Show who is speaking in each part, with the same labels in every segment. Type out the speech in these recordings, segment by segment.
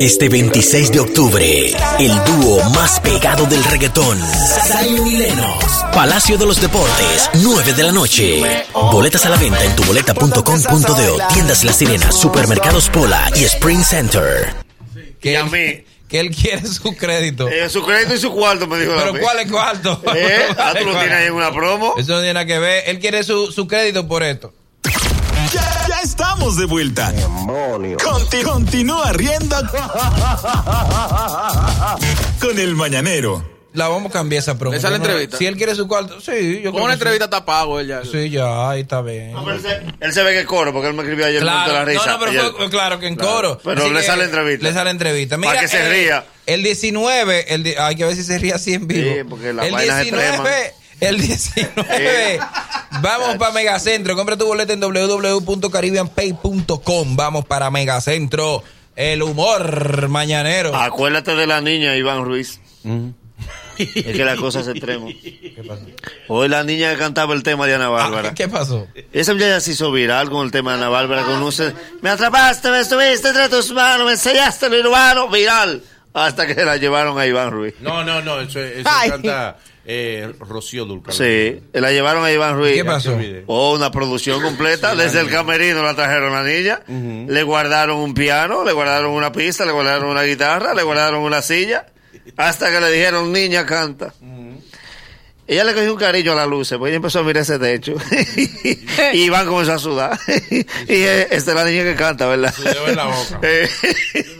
Speaker 1: Este 26 de octubre, el dúo más pegado del reggaetón, Zion y Lennox, Palacio de los Deportes, 9 de la noche. Boletas a la venta en tuboleta.com.de, tiendas La Sirena, supermercados Pola y Spring Center.
Speaker 2: Que
Speaker 3: Y a
Speaker 2: él-
Speaker 3: mí.
Speaker 2: Que él quiere su crédito.
Speaker 3: Eh, su crédito y su cuarto me dijo.
Speaker 2: Pero
Speaker 3: David.
Speaker 2: ¿cuál es cuarto?
Speaker 3: ¿Eh? Ah,
Speaker 2: ¿Cuál es cuarto?
Speaker 3: tú lo tienes ahí en una promo.
Speaker 2: Eso no tiene nada que ver. Él quiere su, su crédito por esto.
Speaker 4: Ya, ya estamos de vuelta. Conti- continúa riendo con el mañanero.
Speaker 2: La vamos a cambiar esa pregunta.
Speaker 5: ¿Esa es la
Speaker 2: Yo no-
Speaker 5: entrevista?
Speaker 2: Si él quiere su cuarto, sí. Yo creo
Speaker 5: Con una
Speaker 2: que
Speaker 5: entrevista está pago él ya.
Speaker 2: Sí, Sí, ya, ahí está bien.
Speaker 3: No, pero él, se, él se ve que coro porque él me escribió ayer
Speaker 2: Claro,
Speaker 3: el punto de la risa.
Speaker 2: no, no, pero
Speaker 3: Ayer.
Speaker 2: fue- claro que en
Speaker 3: Claro.
Speaker 2: coro.
Speaker 3: Pero
Speaker 2: Así
Speaker 3: le
Speaker 2: que
Speaker 3: sale entrevista.
Speaker 2: Le sale entrevista.
Speaker 3: Pa' que se
Speaker 2: el-
Speaker 3: ría.
Speaker 2: El 19, el, di- hay que ver si se ríe así en vivo.
Speaker 3: Sí, porque las
Speaker 2: el
Speaker 3: vainas
Speaker 2: 19, el 19. Vamos para Megacentro. Compra tu boleta en www.caribbeanpay.com. Vamos para Megacentro. El humor mañanero.
Speaker 3: Acuérdate de la niña Iván Ruiz. Es que la cosa es extremo. Hoy la niña que cantaba el tema de Ana Bárbara.
Speaker 2: Ah, ¿Qué pasó?
Speaker 3: Esa ya se hizo viral con el tema de Ana Bárbara. Con un se- me atrapaste, me estuviste entre tus manos, me enseñaste lo urbano, viral. Hasta que se la llevaron a Iván Ruiz.
Speaker 6: No, no, no, eso, es- eso
Speaker 7: Ay.
Speaker 6: canta eh, Rocío Dulcal.
Speaker 3: Sí, la llevaron a Iván Ruiz.
Speaker 2: ¿Qué pasó?
Speaker 3: Oh, una producción completa. Desde el camerino la trajeron la niña. Le guardaron un piano, le guardaron una pista, le guardaron una guitarra, le guardaron una silla. Hasta que le dijeron, niña, canta. Ella le cogió un cariño a las luces, pues ella empezó a mirar ese techo. y Iván comenzó a sudar. y eh, esta es la niña que canta, ¿verdad?
Speaker 6: Sudó en la boca.
Speaker 3: Eh,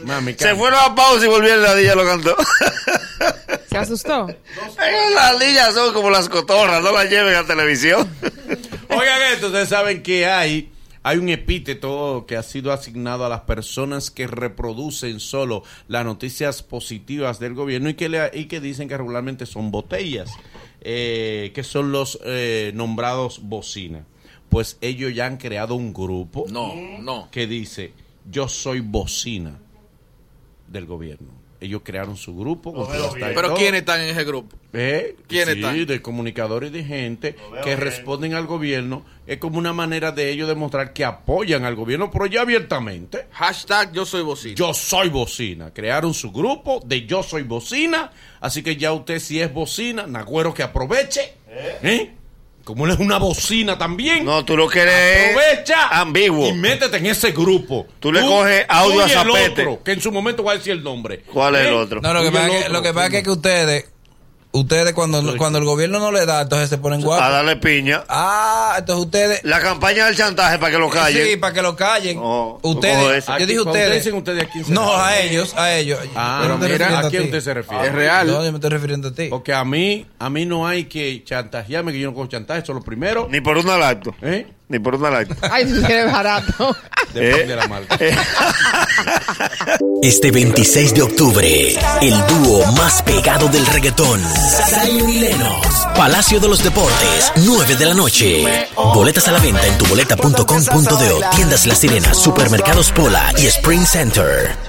Speaker 6: Mami,
Speaker 3: Se
Speaker 6: canta.
Speaker 3: fueron a pausa y volvieron la niña lo cantó.
Speaker 7: ¿Se asustó?
Speaker 3: Eh, las niñas son como las cotorras, no las lleven a televisión.
Speaker 6: Oigan esto, ustedes saben que hay, hay un epíteto que ha sido asignado a las personas que reproducen solo las noticias positivas del gobierno y que, le, y que dicen que regularmente son botellas, eh, que son los eh, nombrados bocina. Pues ellos ya han creado un grupo
Speaker 5: No, no.
Speaker 6: que dice, yo soy bocina del gobierno. Ellos crearon su grupo. con su hashtag y
Speaker 5: Pero
Speaker 6: todo.
Speaker 5: ¿quiénes están en ese grupo?
Speaker 6: ¿Eh?
Speaker 5: ¿Quiénes
Speaker 6: sí,
Speaker 5: están?
Speaker 6: de comunicadores y de gente que responden al gobierno. Es como una manera de ellos demostrar que apoyan al gobierno, pero ya abiertamente.
Speaker 5: Hashtag yo soy bocina.
Speaker 6: Yo soy bocina. Crearon su grupo de Yo soy bocina. Así que ya usted, si es bocina, Nagüero que aproveche. ¿Eh? Como él es una bocina también.
Speaker 3: No, tú lo quieres
Speaker 6: Aprovecha
Speaker 3: ambiguo.
Speaker 6: y métete en ese grupo.
Speaker 3: Tú le coges audio
Speaker 6: tú
Speaker 3: a
Speaker 6: y el
Speaker 3: Zapete.
Speaker 6: otro, que en su momento va a decir el nombre.
Speaker 3: ¿Cuál es el
Speaker 6: ¿Eh?
Speaker 3: otro?
Speaker 2: No, lo que
Speaker 6: Oye,
Speaker 2: pasa
Speaker 6: el
Speaker 2: es que,
Speaker 6: otro,
Speaker 2: lo que, pasa es que ustedes, ustedes cuando, cuando el gobierno no le da, entonces se ponen
Speaker 3: A
Speaker 2: guapos.
Speaker 3: darle piña.
Speaker 2: Ah, entonces ustedes
Speaker 3: La campaña del chantaje para que lo callen.
Speaker 2: Sí, para que lo callen.
Speaker 3: Oh, ¿cómo
Speaker 2: ustedes,
Speaker 3: es?
Speaker 2: yo dije
Speaker 6: Aquí, cuando
Speaker 2: ustedes.
Speaker 6: dicen ustedes, ¿a quién se
Speaker 2: no,
Speaker 6: refieren?
Speaker 2: a ellos, a ellos.
Speaker 6: Ah,
Speaker 2: Yo me estoy
Speaker 6: pero mira,
Speaker 2: refiriendo
Speaker 6: ¿a quién
Speaker 2: ti.
Speaker 6: usted se refiere?
Speaker 5: Es real.
Speaker 2: No, yo me estoy refiriendo a ti.
Speaker 6: Porque a mí, a mí no hay que chantajearme, que yo no cojo chantaje, eso es lo primero.
Speaker 3: Ni por una lacto.
Speaker 6: ¿Eh?
Speaker 3: Ni por una lacto.
Speaker 7: Ay, tú eres barato.
Speaker 6: Depende
Speaker 3: ¿Eh?
Speaker 6: de la marca.
Speaker 1: Este 26 de octubre, el dúo más pegado del reggaetón, Zion y Lennox, Palacio de los Deportes, 9 de la noche. Boletas a la venta en tuboleta.com.de, tiendas La Sirena, supermercados Pola y Spring Center.